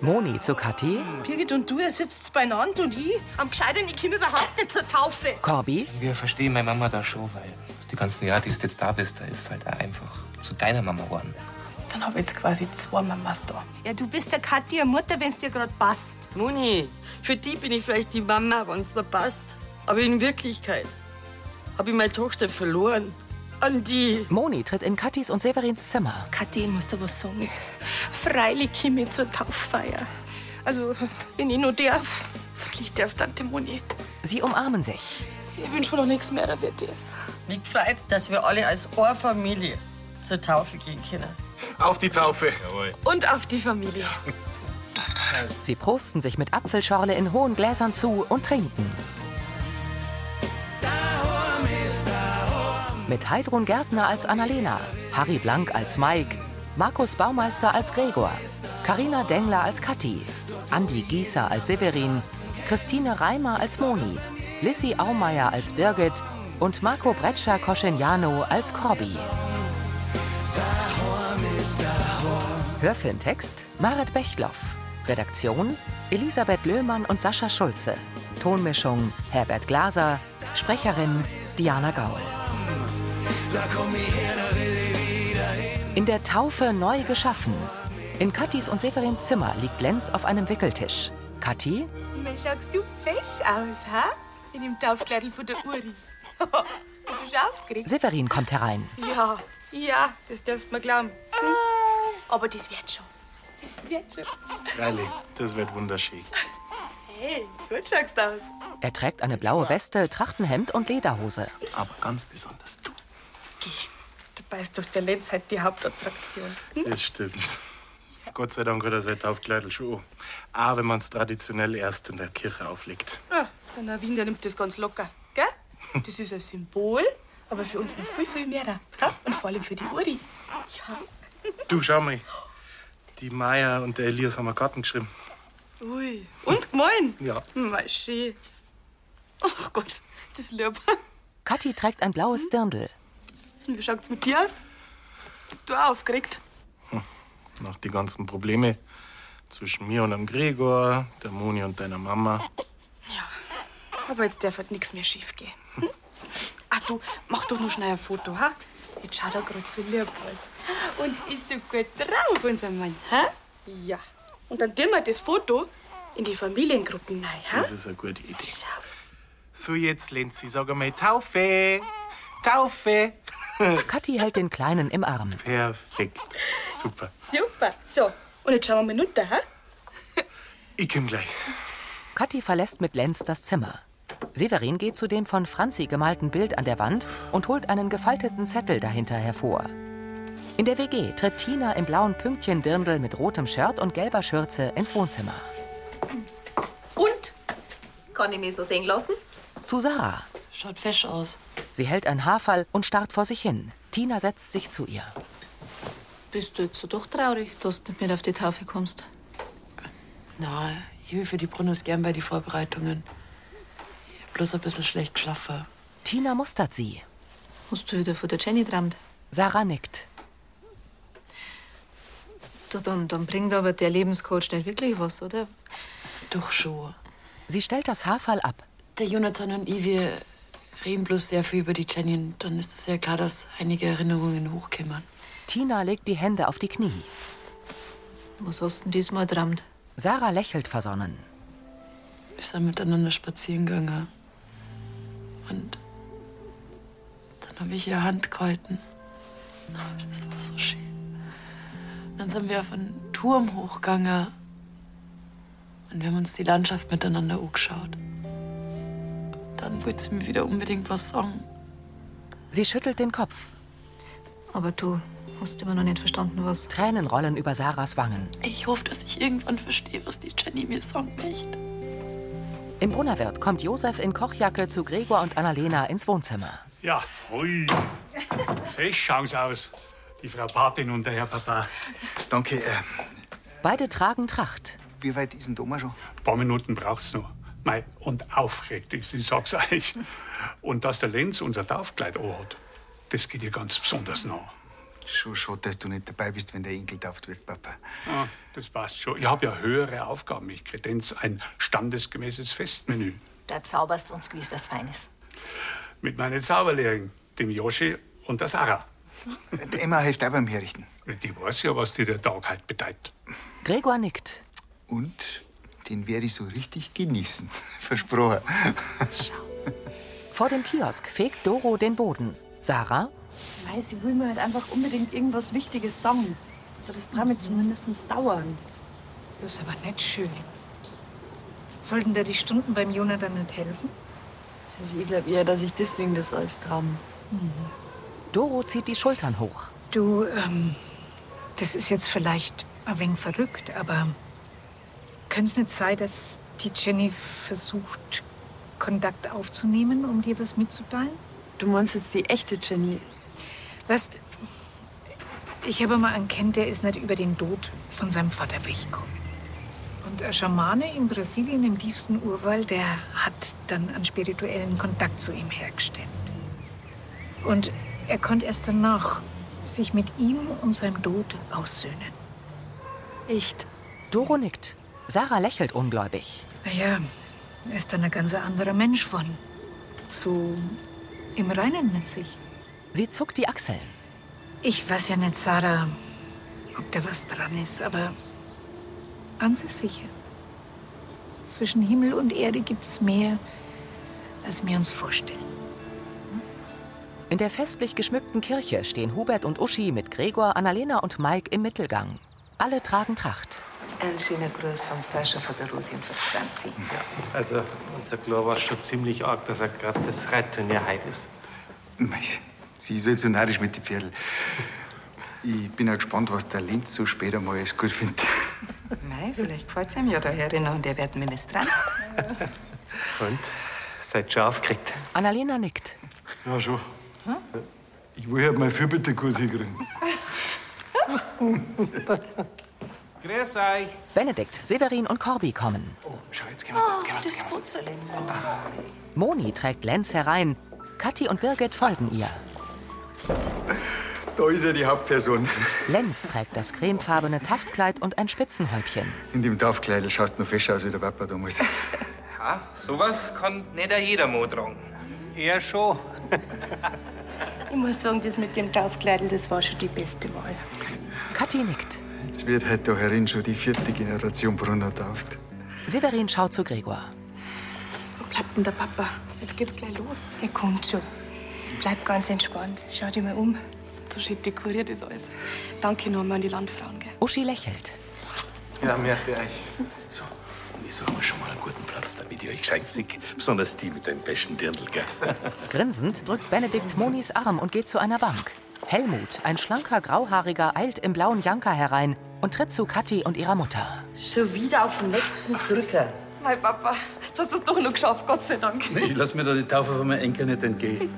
Moni zu Kathi, Birgit und du, ihr sitzt beieinander und ich. Am Gescheitern, ich komme überhaupt nicht zur Taufe. Corby, Wir verstehen meine Mama da schon, weil die ganzen Jahre, die du jetzt da bist, da ist halt auch einfach zu deiner Mama geworden. Dann habe ich jetzt quasi zwei Mamas da. Ja, du bist der Kathi, eine Mutter, wenn's dir gerade passt. Moni, für die bin ich vielleicht die Mama, wenn's mir passt. Aber in Wirklichkeit habe ich meine Tochter verloren. An die. Moni tritt in Kathis und Severins Zimmer. Kathi, ich muss da was sagen. Freilich komme ich zur Tauffeier. Also, wenn ich nur darf. Freilich darfst Tante Moni. Sie umarmen sich. Ich wünsche mir noch nichts mehr, da wird das. Mich freut's, dass wir alle als Ohrfamilie zur Taufe gehen können. Auf die Taufe. Jawohl. Und auf die Familie. Sie prosten sich mit Apfelschorle in hohen Gläsern zu und trinken. Mit Heidrun Gärtner als Annalena, Harry Blank als Mike, Markus Baumeister als Gregor, Karina Dengler als Kathi, Andi Gießer als Severin, Christine Reimer als Moni, Lissy Aumeier als Birgit und Marco Breccia Coscignano als Corby. Hörfilmtext Marit Bechtloff. Redaktion Elisabeth Löhmann und Sascha Schulze. Tonmischung Herbert Glaser. Sprecherin Diana Gaul. In der Taufe neu geschaffen. In Kathis und Severins Zimmer liegt Lenz auf einem Wickeltisch. Kathi, Mensch, schaust du fesch aus, ha? In dem Taufkleidl von der Uri. Hast du schon aufgeregt? Severin kommt herein. Ja, ja, das darfst du mir glauben. Hm? Aber das wird schon. Das wird schon. Freilich. Das wird wunderschön. Hey, gut schaust du aus. Er trägt eine blaue Weste, Trachtenhemd und Lederhose. Aber ganz besonders du. Dabei ist doch der Lenz halt die Hauptattraktion. Hm? Das stimmt. Gott sei Dank hat er sein Taufkleidl schon an. Auch wenn man es traditionell erst in der Kirche auflegt. Ja, Ah, dann der Winder nimmt das ganz locker, gell? Das ist ein Symbol, aber für uns noch viel, viel mehr. ha? Und vor allem für die Uri. Du, schau mal. Die Maya und der Elias haben eine Karten geschrieben. Ui. Und gemein. Ja. Mal schön. Ach Gott, das ist lieb. Kathi trägt ein blaues Dirndl. Wie schaut's mit dir aus? Bist du auch aufgeregt? Nach die ganzen Probleme zwischen mir und dem Gregor, der Moni und deiner Mama. Aber jetzt darf halt nichts mehr schief gehen. Hm? Ach du, mach doch nur schnell ein Foto, ha? Jetzt schaut er gerade so lieb aus. Und ist so gut drauf, unser Mann, ha? Ja. Und dann tun wir das Foto in die Familiengruppen rein, ha? Das ist eine gute Idee. So, jetzt, Lenzi, sag einmal Taufe. Taufe. Kathi hält den Kleinen im Arm. Perfekt. Super. Super. So, und jetzt schauen wir mal runter, ha? Ich komm gleich. Kathi verlässt mit Lenz das Zimmer. Severin geht zu dem von Franzi gemalten Bild an der Wand und holt einen gefalteten Zettel dahinter hervor. In der WG tritt Tina im blauen Pünktchen-Dirndl mit rotem Shirt und gelber Schürze ins Wohnzimmer. Und? Kann ich mich so sehen lassen? Zu Sarah. Schaut fesch aus. Sie hält einen Haarfall und starrt vor sich hin. Tina setzt sich zu ihr. Bist du jetzt so doch traurig, dass du nicht mit auf die Taufe kommst? Na, ich helfe die Brunos gern bei den Vorbereitungen. Ich hab bloß ein bisschen schlecht geschlafen. Tina mustert sie. Hast du wieder von der Jenny geträumt? Sarah nickt. Da, Dann, dann bringt aber der Lebenscoach nicht wirklich was, oder? Doch schon. Sie stellt das Haarfall ab. Der Jonathan und ich, wir reden bloß sehr viel über die Jenny. Und dann ist es ja klar, dass einige Erinnerungen hochkämmern. Tina legt die Hände auf die Knie. Was hast du denn diesmal geträumt? Sarah lächelt versonnen. Wir sind miteinander spazieren gegangen. Und dann habe ich ihre Hand gehalten. Das war so schön. Und dann sind wir auf einen Turm hochgegangen. Und wir haben uns die Landschaft miteinander angeschaut. Und dann wollte sie mir wieder unbedingt was sagen. Sie schüttelt den Kopf. Aber du hast immer noch nicht verstanden, was. Tränen rollen über Sarahs Wangen. Ich hoffe, dass ich irgendwann verstehe, was die Jenny mir sagen möchte. Im Brunnerwirt kommt Josef in Kochjacke zu Gregor und Annalena ins Wohnzimmer. Ja, hui. Fest schauen's aus. Die Frau Patin und der Herr Papa. Danke. Äh, Beide tragen Tracht. wie weit ist denn da mal schon? Ein paar Minuten braucht's noch. Mei, und aufgeregt ist, ich sag's euch. Und dass der Lenz unser Taufkleid anhat, das geht ihr ganz besonders nah. Schon schade, dass du nicht dabei bist, wenn der Enkel tauft wird, Papa. Ah, das passt schon. Ich habe ja höhere Aufgaben. Ich kredenz ein standesgemäßes Festmenü. Da zauberst du uns gewiss was Feines. Mit meinen Zauberlehrern, dem Joschi und der Sarah. Die Emma hilft auch beim Herrichten. Die weiß ja, was dir der Tag heute bedeutet. Gregor nickt. Und den werde ich so richtig genießen. Versprochen. Vor dem Kiosk fegt Doro den Boden. Sarah? Weil sie will mir halt einfach unbedingt irgendwas Wichtiges sagen. Also das kann mir zumindest dauern. Das ist aber nicht schön. Sollten da die Stunden beim Jonathan nicht helfen? Also ich glaube eher, dass ich deswegen das alles dran. Doro zieht die Schultern hoch. Du, ähm, das ist jetzt vielleicht ein wenig verrückt, aber könnte es nicht sein, dass die Jenny versucht, Kontakt aufzunehmen, um dir was mitzuteilen? Du meinst jetzt die echte Jenny? Weißt, ich habe mal einen kennt, der ist nicht über den Tod von seinem Vater weggekommen. Und ein Schamane in Brasilien im tiefsten Urwald, der hat dann einen spirituellen Kontakt zu ihm hergestellt. Und er konnte erst danach sich mit ihm und seinem Tod aussöhnen. Echt? Doro nickt. Sarah lächelt ungläubig. Naja, Ah er ist dann ein ganz anderer Mensch von. So im Reinen mit sich. Sie zuckt die Achseln. Ich weiß ja nicht, Sarah, ob da was dran ist, aber ganz ist sicher. Zwischen Himmel und Erde gibt's mehr, als wir uns vorstellen. In der festlich geschmückten Kirche stehen Hubert und Uschi mit Gregor, Annalena und Mike im Mittelgang. Alle tragen Tracht. Ein schöner Gruß vom Sascha, von der Rosi und von der Franzi. Also, unser Klar war schon ziemlich arg, dass er gerade das Reitturnier heute ist. Mei, Sie ist jetzt so narrisch mit den Pferdeln. Ich bin auch gespannt, was der Lenz so spät einmal alles gut findet. Mei, vielleicht gefällt es ihm ja der Herrin und er wird Ministrant. Und? Seid schon aufgeregt? Annalena nickt. Ja, schon. Ich will halt mein Fürbitte gut hinkriegen. Grüß euch. Benedikt, Severin und Corby kommen. Schau, jetzt gehen wir jetzt, gehen wir jetzt, gehen wir Oh, Moni trägt Lenz herein. Kathi und Birgit folgen ihr. Da ist ja die Hauptperson. Lenz trägt das cremefarbene Taftkleid und ein Spitzenhäubchen. In dem Taufkleidl schaust du noch fescher aus wie der Papa damals. Ha, sowas kann nicht jeder Mo tragen. Eher schon. Ich muss sagen, das mit dem Taufkleidel, das war schon die beste Wahl. Kathi nickt. Jetzt wird heute da herin schon die vierte Generation Brunner tauft. Severin schaut zu Gregor. Wo bleibt denn der Papa? Jetzt geht's gleich los. Der kommt schon. Bleib ganz entspannt. Schau dich mal um. So schick dekoriert ist alles. Danke nochmal an die Landfrauen. Gell? Uschi lächelt. Ja, merci euch. So, und ich suche mir schon mal einen guten Platz, damit ich euch gescheit sehe. Besonders die mit dem besten Dirndl, gell? Grinsend drückt Benedikt Monis Arm und geht zu einer Bank. Helmut, ein schlanker Grauhaariger, eilt im blauen Janker herein und tritt zu Kathi und ihrer Mutter. Schon wieder auf den letzten Drücker. Mein Papa, jetzt hast du es doch noch geschafft, Gott sei Dank. Ich lass mir da die Taufe von meinem Enkel nicht entgehen.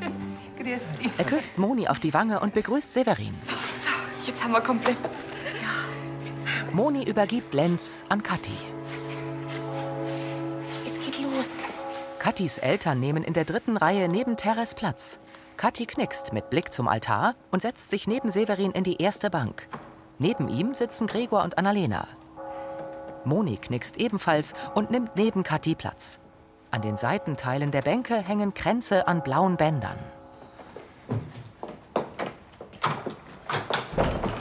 Grüß dich. Er küsst Moni auf die Wange und begrüßt Severin. Jetzt haben wir komplett. Moni übergibt Lenz an Kathi. Es geht los. Kathis Eltern nehmen in der dritten Reihe neben Teres Platz. Kathi knickst mit Blick zum Altar und setzt sich neben Severin in die erste Bank. Neben ihm sitzen Gregor und Annalena. Moni knickst ebenfalls und nimmt neben Kathi Platz. An den Seitenteilen der Bänke hängen Kränze an blauen Bändern.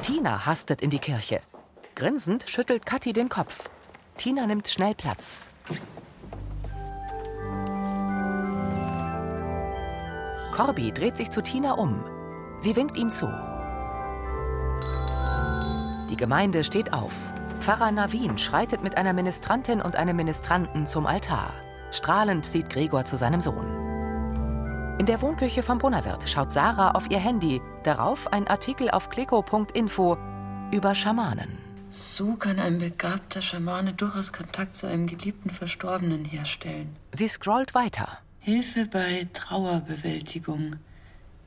Tina hastet in die Kirche. Grinsend schüttelt Kathi den Kopf. Tina nimmt schnell Platz. Corby dreht sich zu Tina um. Sie winkt ihm zu. Die Gemeinde steht auf. Pfarrer Navin schreitet mit einer Ministrantin und einem Ministranten zum Altar. Strahlend sieht Gregor zu seinem Sohn. In der Wohnküche vom Brunnerwirt schaut Sarah auf ihr Handy, darauf ein Artikel auf clico.info über Schamanen. So kann ein begabter Schamane durchaus Kontakt zu einem geliebten Verstorbenen herstellen. Sie scrollt weiter. Hilfe bei Trauerbewältigung.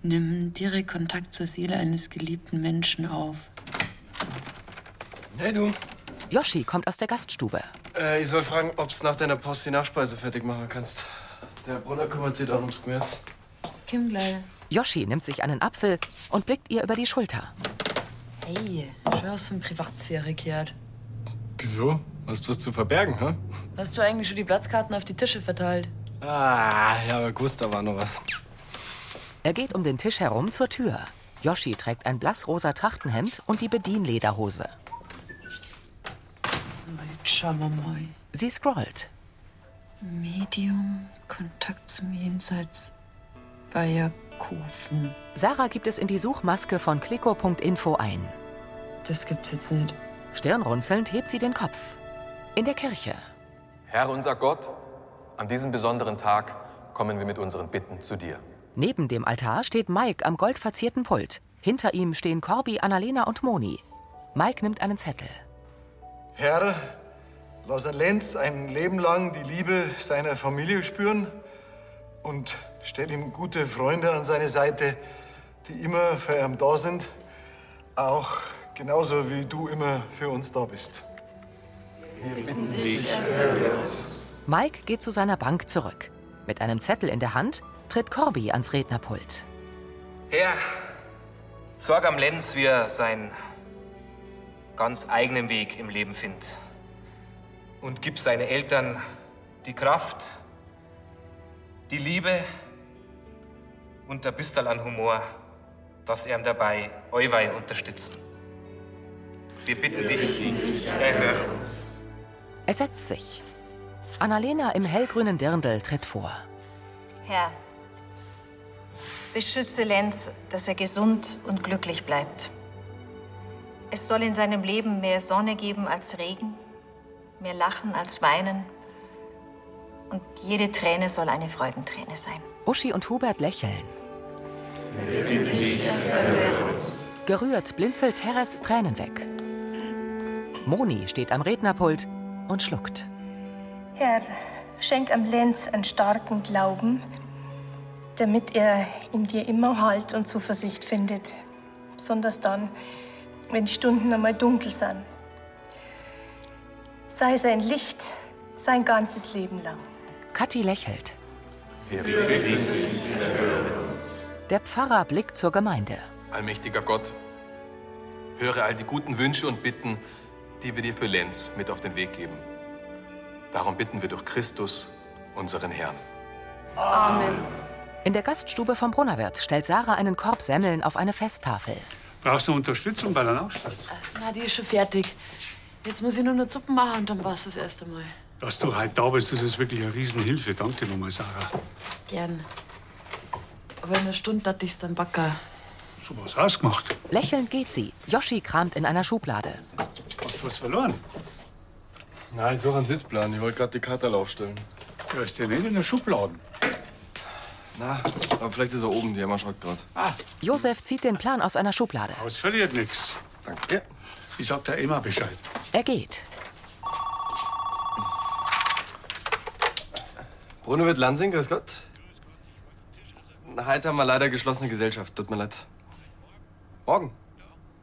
Nimm direkt Kontakt zur Seele eines geliebten Menschen auf. Hey, du. Yoshi kommt aus der Gaststube. Äh, ich soll fragen, ob du nach deiner Post die Nachspeise fertig machen kannst. Der Brunner kümmert sich dann ums Gemüse. Kim gleich. Yoshi nimmt sich einen Apfel und blickt ihr über die Schulter. Ei, schön aus von Privatsphäre gekehrt. Wieso? Hast du was zu verbergen, hä? Hast du eigentlich schon die Platzkarten auf die Tische verteilt? Ah, ja, aber gewusst, da war noch was. Er geht um den Tisch herum zur Tür. Yoshi trägt ein blassrosa Trachtenhemd und die Bedienlederhose. So, jetzt schauen wir mal. Sie scrollt. Medium, Kontakt zum Jenseits, Bayerkofen. Sarah gibt es in die Suchmaske von clico.info ein. Das gibt's jetzt nicht. Stirnrunzelnd hebt sie den Kopf. In der Kirche. Herr unser Gott, an diesem besonderen Tag kommen wir mit unseren Bitten zu dir. Neben dem Altar steht Mike am goldverzierten Pult. Hinter ihm stehen Corby, Annalena und Moni. Mike nimmt einen Zettel. Herr, lasse Lenz ein Leben lang die Liebe seiner Familie spüren und stell ihm gute Freunde an seine Seite, die immer für ihn da sind, auch genauso wie du immer für uns da bist. Wir bitten dich, erhöre uns. Mike geht zu seiner Bank zurück. Mit einem Zettel in der Hand tritt Corby ans Rednerpult. Herr, sorg am Lenz, wie er seinen ganz eigenen Weg im Leben findet. Und gib seinen Eltern die Kraft, die Liebe und der Bistal an Humor, dass er ihm dabei euwei unterstützen. Wir bitten dich, erhöre uns. Er setzt sich. Annalena im hellgrünen Dirndl tritt vor. Herr, beschütze Lenz, dass er gesund und glücklich bleibt. Es soll in seinem Leben mehr Sonne geben als Regen, mehr Lachen als Weinen. Und jede Träne soll eine Freudenträne sein. Uschi und Hubert lächeln. Wir bitten dich, erhöre uns. Gerührt blinzelt Teres Tränen weg. Moni steht am Rednerpult und schluckt. Herr, schenk am Lenz einen starken Glauben, damit er in dir immer Halt und Zuversicht findet. Besonders dann, wenn die Stunden einmal dunkel sind. Sei sein Licht sein ganzes Leben lang. Kathi lächelt. Wir bitten dich, erhöre uns. Der Pfarrer blickt zur Gemeinde. Allmächtiger Gott, höre all die guten Wünsche und Bitten, die wir dir für Lenz mit auf den Weg geben. Darum bitten wir durch Christus, unseren Herrn. Amen. In der Gaststube vom Brunnerwirt stellt Sarah einen Korb Semmeln auf eine Festtafel. Brauchst du Unterstützung bei deinem Aufsatz? Na, die ist schon fertig. Jetzt muss ich nur noch Suppen machen und dann war's das erste Mal. Dass du heute da bist, das ist wirklich eine Riesenhilfe. Danke dir nochmal, Sarah. Gern. Aber in einer Stunde hatte ich's dann backer. So was ausgemacht. Lächelnd geht sie. Yoshi kramt in einer Schublade. Hast du was verloren? Nein, ich suche einen Sitzplan. Ich wollte gerade die Karte aufstellen. Ja, ist der nicht in der Schublade? Na, aber vielleicht ist er oben. Die Emma schaut gerade. Ah, Josef zieht den Plan aus einer Schublade. es verliert nichts. Danke. Ich sag der Emma Bescheid. Er geht. Bruno wird Lansing, grüß Gott. Na, Heute haben wir leider geschlossene Gesellschaft. Tut mir leid. Morgen.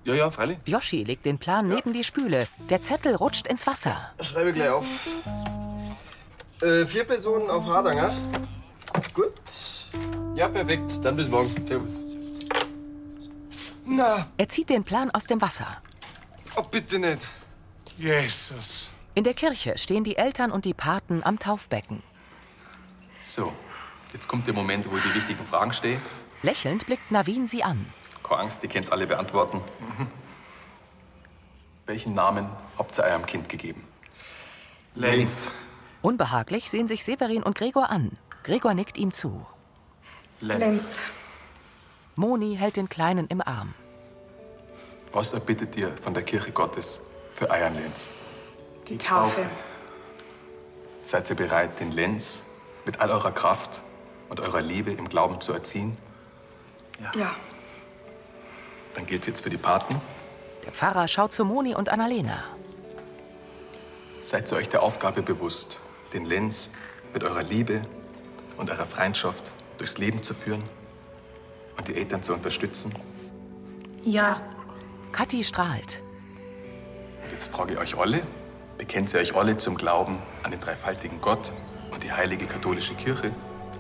Ja, ja, freilich. Yoshi legt den Plan neben die Spüle. Der Zettel rutscht ins Wasser. Schreibe gleich auf. Äh, vier Personen auf Hardanger. Gut. Ja, perfekt. Dann bis morgen. Servus. Na, Er zieht den Plan aus dem Wasser. oh, bitte nicht. Jesus. In der Kirche stehen die Eltern und die Paten am Taufbecken. So, jetzt kommt der Moment, wo die wichtigen Fragen stehen. Lächelnd blickt Navin sie an. Keine Angst, die könnt's alle beantworten. Mhm. Welchen Namen habt ihr eurem Kind gegeben? Lenz. Unbehaglich sehen sich Severin und Gregor an. Gregor nickt ihm zu. Moni hält den Kleinen im Arm. Was erbittet ihr von der Kirche Gottes für euren Lenz? Die Taufe. Seid ihr bereit, den Lenz mit all eurer Kraft und eurer Liebe im Glauben zu erziehen? Ja. Dann gilt's jetzt für die Paten. Der Pfarrer schaut zu Moni und Annalena. Seid ihr euch der Aufgabe bewusst, den Lenz mit eurer Liebe und eurer Freundschaft durchs Leben zu führen und die Eltern zu unterstützen? Ja. Kathi strahlt. Und jetzt frage ich euch alle, bekennt ihr euch alle zum Glauben an den dreifaltigen Gott und die heilige katholische Kirche?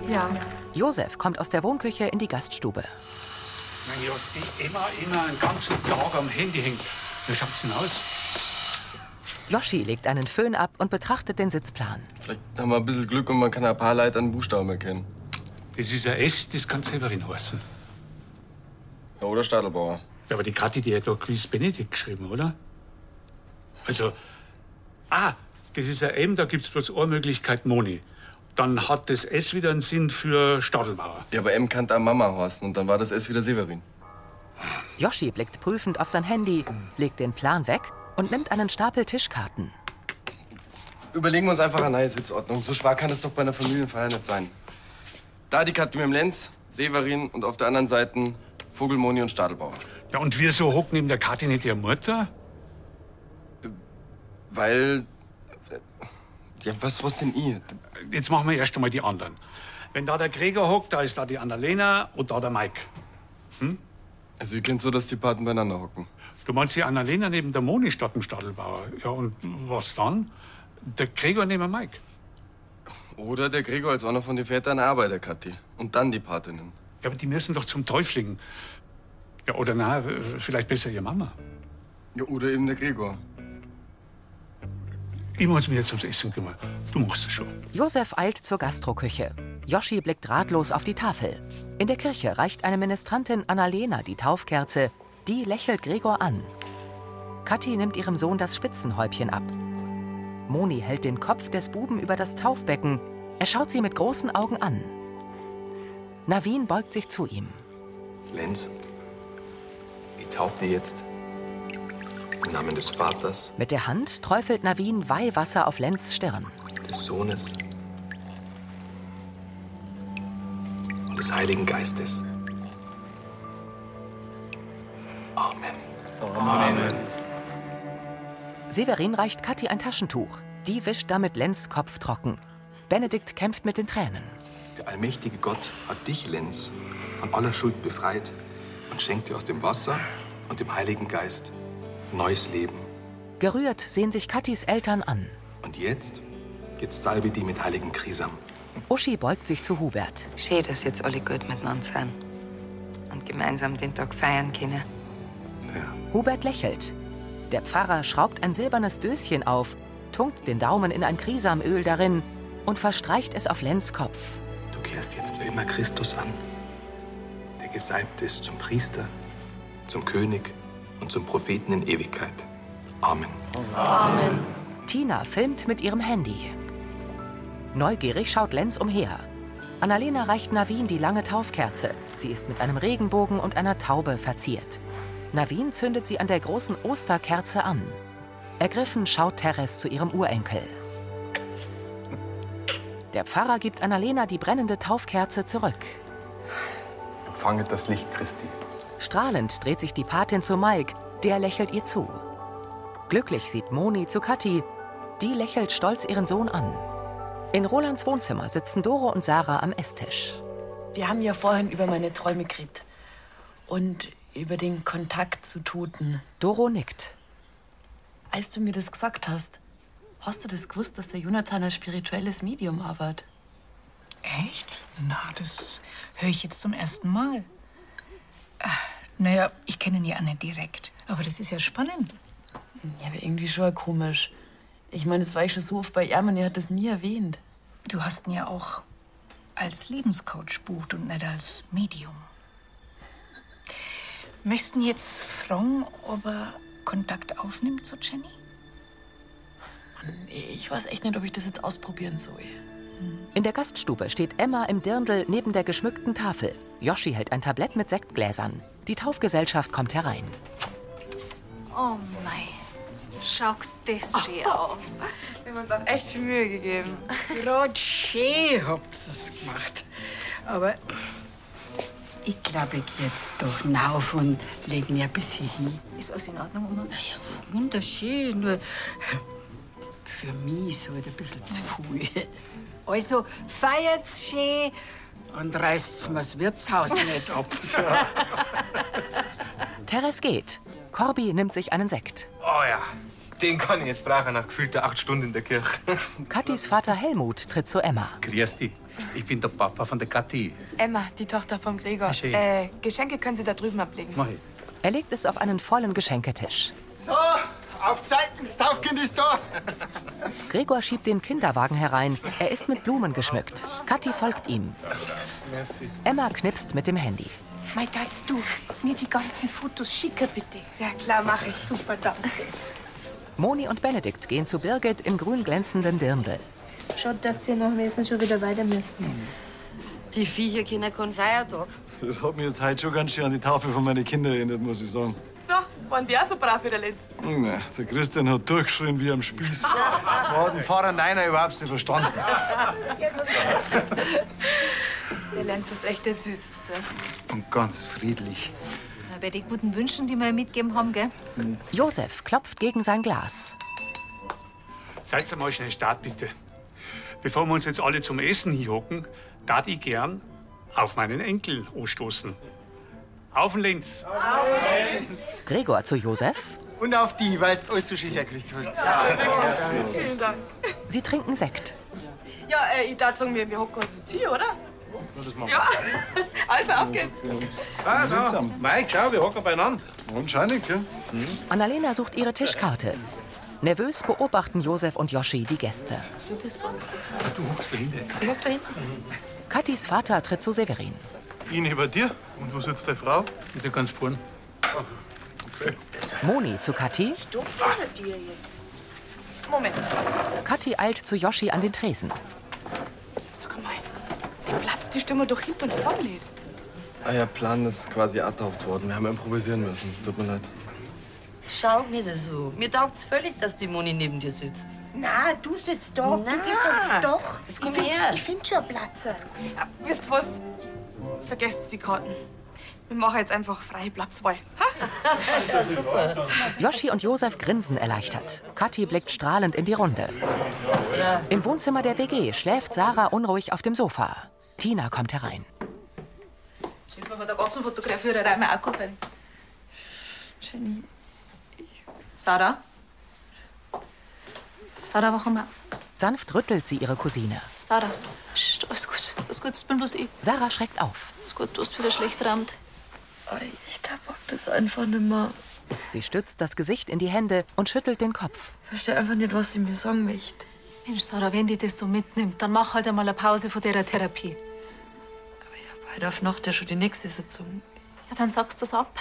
Ja. Josef kommt aus der Wohnküche in die Gaststube. Mein Jos, die immer, immer einen ganzen Tag am Handy hängt. Wie schaut's denn aus? Joschi legt einen Föhn ab und betrachtet den Sitzplan. Vielleicht haben wir ein bisschen Glück und man kann ein paar Leute an Buchstaben erkennen. Das ist ein S, das kann Severin heißen. Ja, oder Stadelbauer. Ja, aber die Kathi, die hat doch Quiz Benedikt geschrieben, oder? Also, ah, das ist ein M, da gibt's bloß eine Möglichkeit, Moni. Dann hat das S wieder einen Sinn für Stadelbauer. Ja, aber M kannte auch Mama heißen und dann war das S wieder Severin. Joschi blickt prüfend auf sein Handy, legt den Plan weg und nimmt einen Stapel Tischkarten. Überlegen wir uns einfach eine neue Sitzordnung. So schwer kann es doch bei einer Familienfeier nicht sein. Da die Kathi mit dem Lenz, Severin und auf der anderen Seite Vogelmoni und Stadelbauer. Ja, und wir so hocken neben der Kathi nicht der Mutter? Weil. Ja, was, was denn ihr? Jetzt machen wir erst einmal die anderen. Wenn da der Gregor hockt, da ist da die Annalena und da der Mike. Hm? Also, ihr kennt so, dass die Paten beieinander hocken. Du meinst die Annalena neben der Moni statt dem Stadelbauer. Ja, und was dann? Der Gregor neben dem Mike. Oder der Gregor als einer von den Vätern arbeitet, Kathi. Und dann die Patinnen. Ja, aber die müssen doch zum Teuflingen. Ja, oder na, vielleicht besser ihr Mama. Ja, oder eben der Gregor. Ich muss mich jetzt ums Essen kümmern. Du machst es schon. Josef eilt zur Gastroküche. Joschi blickt ratlos auf die Tafel. In der Kirche reicht eine Ministrantin Annalena die Taufkerze. Die lächelt Gregor an. Kathi nimmt ihrem Sohn das Spitzenhäubchen ab. Moni hält den Kopf des Buben über das Taufbecken. Er schaut sie mit großen Augen an. Navin beugt sich zu ihm. Lenz, ich taufe dir jetzt im Namen des Vaters, Mit der Hand träufelt Navin Weihwasser auf Lenz Stirn. des Sohnes und des Heiligen Geistes. Amen. Amen. Severin reicht Kathi ein Taschentuch. Die wischt damit Lenz Kopf trocken. Benedikt kämpft mit den Tränen. Der allmächtige Gott hat dich, Lenz, von aller Schuld befreit und schenkt dir aus dem Wasser und dem Heiligen Geist neues Leben. Gerührt sehen sich Kathis Eltern an. Und jetzt? Jetzt salbe die mit heiligem Krisam. Uschi beugt sich zu Hubert. Schön, dass jetzt alle gut miteinander sind und gemeinsam den Tag feiern können. Hubert lächelt. Der Pfarrer schraubt ein silbernes Döschen auf, tunkt den Daumen in ein Krisamöl darin und verstreicht es auf Lenz Kopf. Du kehrst jetzt für immer Christus an, der gesalbt ist zum Priester, zum König und zum Propheten in Ewigkeit. Amen. Amen. Tina filmt mit ihrem Handy. Neugierig schaut Lenz umher. Annalena reicht Navin die lange Taufkerze. Sie ist mit einem Regenbogen und einer Taube verziert. Navin zündet sie an der großen Osterkerze an. Ergriffen schaut Teres zu ihrem Urenkel. Der Pfarrer gibt Annalena die brennende Taufkerze zurück. Empfanget das Licht Christi. Strahlend dreht sich die Patin zu Mike, der lächelt ihr zu. Glücklich sieht Moni zu Kathi, die lächelt stolz ihren Sohn an. In Rolands Wohnzimmer sitzen Doro und Sarah am Esstisch. Wir haben ja vorhin über meine Träume geredet. Und über den Kontakt zu Toten. Doro nickt. Als du mir das gesagt hast, hast du das gewusst, dass der Jonathan als spirituelles Medium arbeitet? Echt? Na, das höre ich jetzt zum ersten Mal. Ah, Naja, ich kenne ihn ja nicht direkt. Aber das ist ja spannend. Ja, aber irgendwie schon komisch. Ich meine, das war ich schon so oft bei Ermann, er hat das nie erwähnt. Du hast ihn ja auch als Lebenscoach bucht und nicht als Medium. Möchten jetzt fragen, ob er Kontakt aufnimmt zu Jenny? Ich weiß echt nicht, ob ich das jetzt ausprobieren soll. In der Gaststube steht Emma im Dirndl neben der geschmückten Tafel. Yoshi hält ein Tablett mit Sektgläsern. Die Taufgesellschaft kommt herein. Oh mei, schaut das schön aus. Wir haben uns auch echt viel Mühe gegeben. Gerade schön habt ihr es gemacht. Aber ich glaube, ich geh jetzt doch rauf und leg mir ein bisschen hin. Ist alles in Ordnung, Oma? Wunderschön, nur für mich ist halt ein bisschen zu viel. Also feiert's schön und reißt's mir das Wirtshaus nicht ab. Teres geht. Corby nimmt sich einen Sekt. Oh ja, Den kann ich jetzt brauchen nach gefühlter acht Stunden in der Kirche. Kathis Vater Helmut tritt zu Emma. Grüß dich. Ich bin der Papa von der Kathi. Emma, die Tochter von Gregor. Schön. Äh, Geschenke können Sie da drüben ablegen. Mach ich. Er legt es auf einen vollen Geschenketisch. So, auf Zeiten, das Taufkind ist da. Gregor schiebt den Kinderwagen herein. Er ist mit Blumen geschmückt. Kathi folgt ihm. Merci. Emma knipst mit dem Handy. Mei, darfst du mir die ganzen Fotos schicken, bitte? Ja, klar, mache ich. Super, danke. Moni und Benedikt gehen zu Birgit im grün glänzenden Dirndl. Schaut, dass ihr nach dem Essen schon wieder weiter müsst. Mhm. Die Viecher kennen keinen Feiertag. Das hat mich jetzt heute schon ganz schön an die Taufe von meinen Kindern erinnert, muss ich sagen. So, waren die auch so brav wie der Lenz? Na, der Christian hat durchgeschrien wie am Spieß. Man hat den Pfarrer Neiner überhaupt nicht verstanden. Der Lenz ist echt der Süßeste. Und ganz friedlich. Bei den guten Wünschen, die wir mitgeben haben, gell? Josef klopft gegen sein Glas. Seid mal schnell Start, bitte. Bevor wir uns jetzt alle zum Essen hier hocken, darf ich gern auf meinen Enkel anstoßen. Auf den Lenz. Gregor zu Josef. Und auf die, weil du alles so schön hergekriegt hast. Vielen Dank. Sie trinken Sekt. Ja, äh, ich dachte, wir, wir hocken uns jetzt hier, oder? machen Ja, also auf geht's. Ah, da. Mike, schau, wir hocken beieinander. Anscheinend, gell? Annalena sucht ihre Tischkarte. Nervös beobachten Josef und Joschi die Gäste. Du bist ganz. Ah, Du hockst da hinten. Ich hab da hinten. Kathis Vater tritt zu Severin. Ich neben dir. Und wo sitzt deine Frau? Bitte ganz vorn. Moni zu Kathi. Du bei dir jetzt. Moment. Kathi eilt zu Joschi an den Tresen. Sag mal, dem platzt die Stimme doch hinten und vorne nicht. Ah ja, Plan ist quasi abtauft worden. Wir haben improvisieren müssen. Tut mir leid. Schau nicht so. Mir taugt's völlig, dass die Moni neben dir sitzt. Na, du sitzt da. Du bist doch. Doch. Ah. Jetzt komm ich find- her. Ich finde schon Platz. Ja, wisst was? Vergesst die Karten. Wir machen jetzt einfach freie Platzwahl. Ha? Super. Joschi und Josef grinsen erleichtert. Kathi blickt strahlend in die Runde. Im Wohnzimmer der WG schläft Sarah unruhig auf dem Sofa. Tina kommt herein. Ist mir von der ganzen Fotografiererei mal aufgefallen. Jenny. Sarah? Sarah, wach mal auf. Sanft rüttelt sie ihre Cousine. Sarah, Psst, alles gut, alles gut, das bin bloß ich. Sarah schreckt auf. Alles gut, du hast wieder schlecht gerammt. Ich pack das einfach nicht mehr. Sie stützt das Gesicht in die Hände und schüttelt den Kopf. Ich verstehe einfach nicht, was sie mir sagen möchte. Mensch, Sarah, wenn die das so mitnimmt, dann mach halt einmal eine Pause von der Therapie. Heute auf Nacht ja schon die nächste Sitzung. Ja, dann sagst du das ab.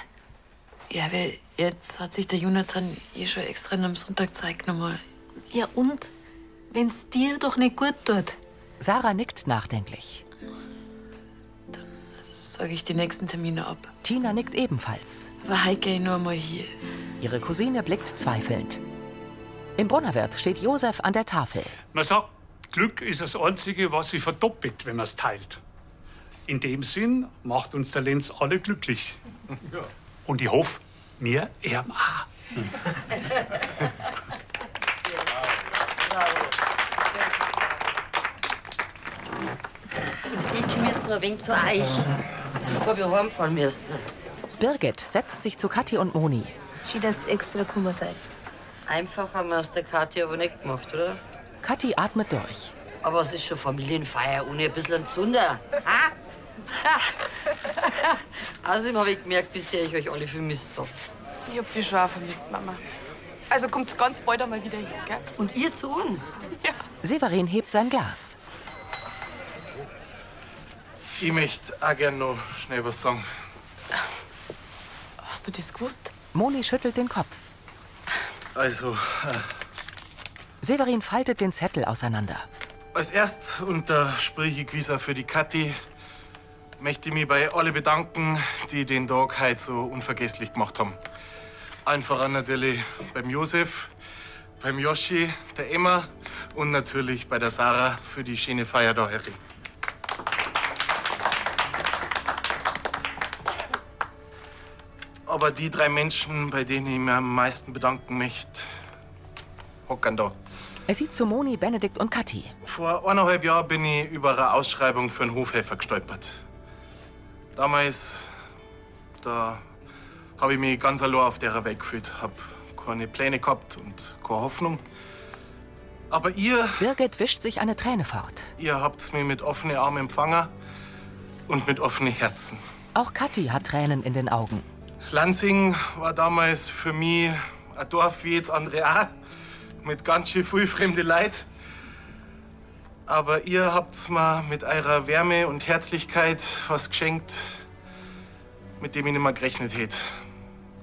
Ja, aber jetzt hat sich der Jonathan eh schon extra am Sonntag gezeigt nochmal. Ja, und? Wenn's dir doch nicht gut tut. Sarah nickt nachdenklich. Sage ich die nächsten Termine ab. Tina nickt ebenfalls. Aber Heike eh nur mal hier. Ihre Cousine blickt zweifelnd. Im Brunnerwirt steht Josef an der Tafel. Man sagt, Glück ist das Einzige, was sich verdoppelt, wenn man es teilt. In dem Sinn macht uns der Lenz alle glücklich. Und ich hoffe, mir erben auch. Ich komm jetzt noch ein wenig zu euch, bevor wir heimfahren müssen. Birgit setzt sich zu Kathi und Moni. Schön, dass du extra gekommen seid. Einfach haben wir es der Kathi aber nicht gemacht, oder? Kathi atmet durch. Aber es ist schon Familienfeier ohne ein bisschen Zunder. Ha? Außerdem habe ich gemerkt, bisher ich euch alle vermisst habe. Ich hab die schon auch vermisst, Mama. Also kommt ganz bald einmal wieder hier, gell? Und ihr zu uns? Severin hebt sein Glas. Ich möchte auch gerne noch schnell was sagen. Hast du das gewusst? Moni schüttelt den Kopf. Also, äh, Severin faltet den Zettel auseinander. Als erst unterspreche ich Quisa für die Kathi. Möchte ich mich bei alle bedanken, die den Tag heute so unvergesslich gemacht haben. Allen voran natürlich beim Josef, beim Joschi, der Emma und natürlich bei der Sarah für die schöne Feier da herin. Aber die drei Menschen, bei denen ich mich am meisten bedanken möchte, hocken da. Er sieht zu Moni, Benedikt und Kathi. Vor eineinhalb Jahren bin ich über eine Ausschreibung für einen Hofhelfer gestolpert. Damals, da habe ich mich ganz allein auf der Welt gefühlt, habe keine Pläne gehabt und keine Hoffnung. Aber ihr, Birgit wischt sich eine Träne fort. ihr habt mich mit offenen Armen empfangen und mit offenen Herzen. Auch Kathi hat Tränen in den Augen. Lansing war damals für mich ein Dorf wie jetzt andere auch, mit ganz schön viel fremde Leid. Aber ihr habt's mir mit eurer Wärme und Herzlichkeit was geschenkt, mit dem ich nicht mehr gerechnet hätte.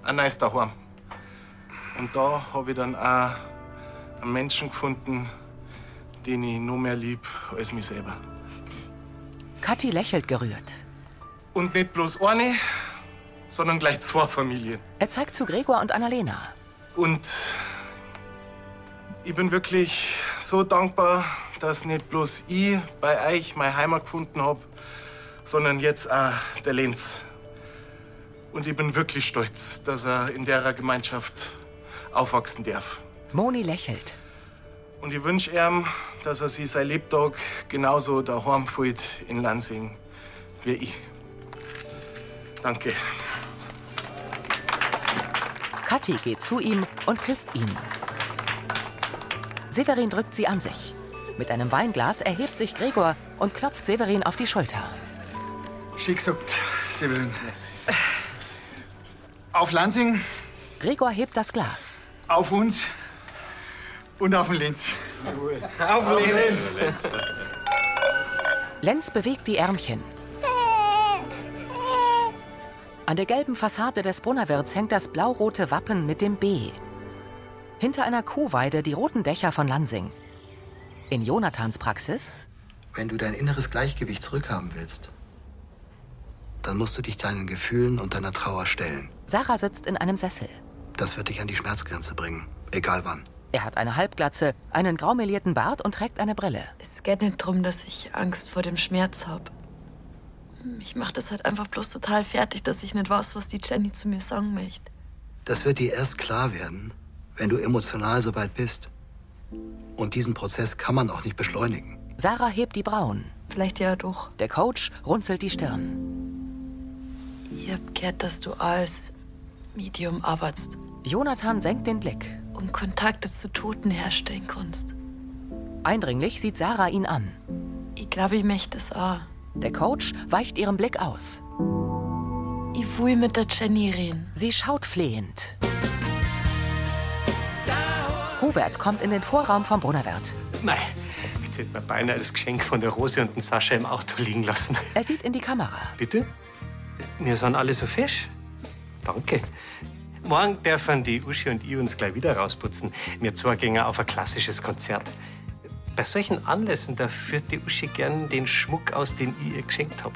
Ein nice daheim. Und da hab ich dann auch einen Menschen gefunden, den ich noch mehr lieb als mich selber. Kathi lächelt gerührt. Und nicht bloß eine, sondern gleich zwei Familien. Er zeigt zu Gregor und Annalena. Und ich bin wirklich so dankbar, dass nicht bloß ich bei euch meine Heimat gefunden habe, sondern jetzt auch der Lenz. Und ich bin wirklich stolz, dass er in derer Gemeinschaft aufwachsen darf. Moni lächelt. Und ich wünsche ihm, dass er sich sein Lebtag genauso daheim fühlt in Lansing wie ich. Danke. Kathi geht zu ihm und küsst ihn. Severin drückt sie an sich. Mit einem Weinglas erhebt sich Gregor und klopft Severin auf die Schulter. Schick gesagt, Severin. Auf Lansing. Gregor hebt das Glas. Auf uns und auf den Lenz. Auf Lenz. Lenz bewegt die Ärmchen. An der gelben Fassade des Brunnerwirts hängt das blau-rote Wappen mit dem B. Hinter einer Kuhweide die roten Dächer von Lansing. In Jonathans Praxis Wenn du dein inneres Gleichgewicht zurückhaben willst, dann musst du dich deinen Gefühlen und deiner Trauer stellen. Sarah sitzt in einem Sessel. Das wird dich an die Schmerzgrenze bringen, egal wann. Er hat eine Halbglatze, einen graumelierten Bart und trägt eine Brille. Es geht nicht darum, dass ich Angst vor dem Schmerz habe. Mich macht das halt einfach bloß total fertig, dass ich nicht weiß, was die Jenny zu mir sagen möchte. Das wird dir erst klar werden, wenn du emotional so weit bist. Und diesen Prozess kann man auch nicht beschleunigen. Sarah hebt die Brauen. Vielleicht ja doch. Der Coach runzelt die Stirn. Ich hab gehört, dass du als Medium arbeitest. Jonathan senkt den Blick. Um Kontakte zu Toten herstellen kannst. Eindringlich sieht Sarah ihn an. Ich glaube, ich möchte es auch. Der Coach weicht ihrem Blick aus. Ich will mit der Jenny reden. Sie schaut flehend. Hubert kommt in den Vorraum vom Brunnerwirt. Nein, jetzt hätte man beinahe das Geschenk von der Rose und dem Sascha im Auto liegen lassen. Er sieht in die Kamera. Bitte? Wir sind alle so fesch. Danke. Morgen dürfen die Uschi und ich uns gleich wieder rausputzen. Wir zwei gehen auf ein klassisches Konzert. Bei solchen Anlässen, da führt die Uschi gern den Schmuck aus, den ich ihr geschenkt habe.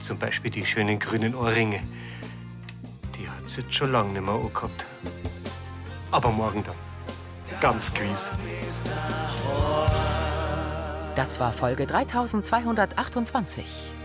Zum Beispiel die schönen grünen Ohrringe. Die hat sie jetzt schon lange nicht mehr angehabt. Aber morgen dann. Ganz gewiss. Das war Folge 3228.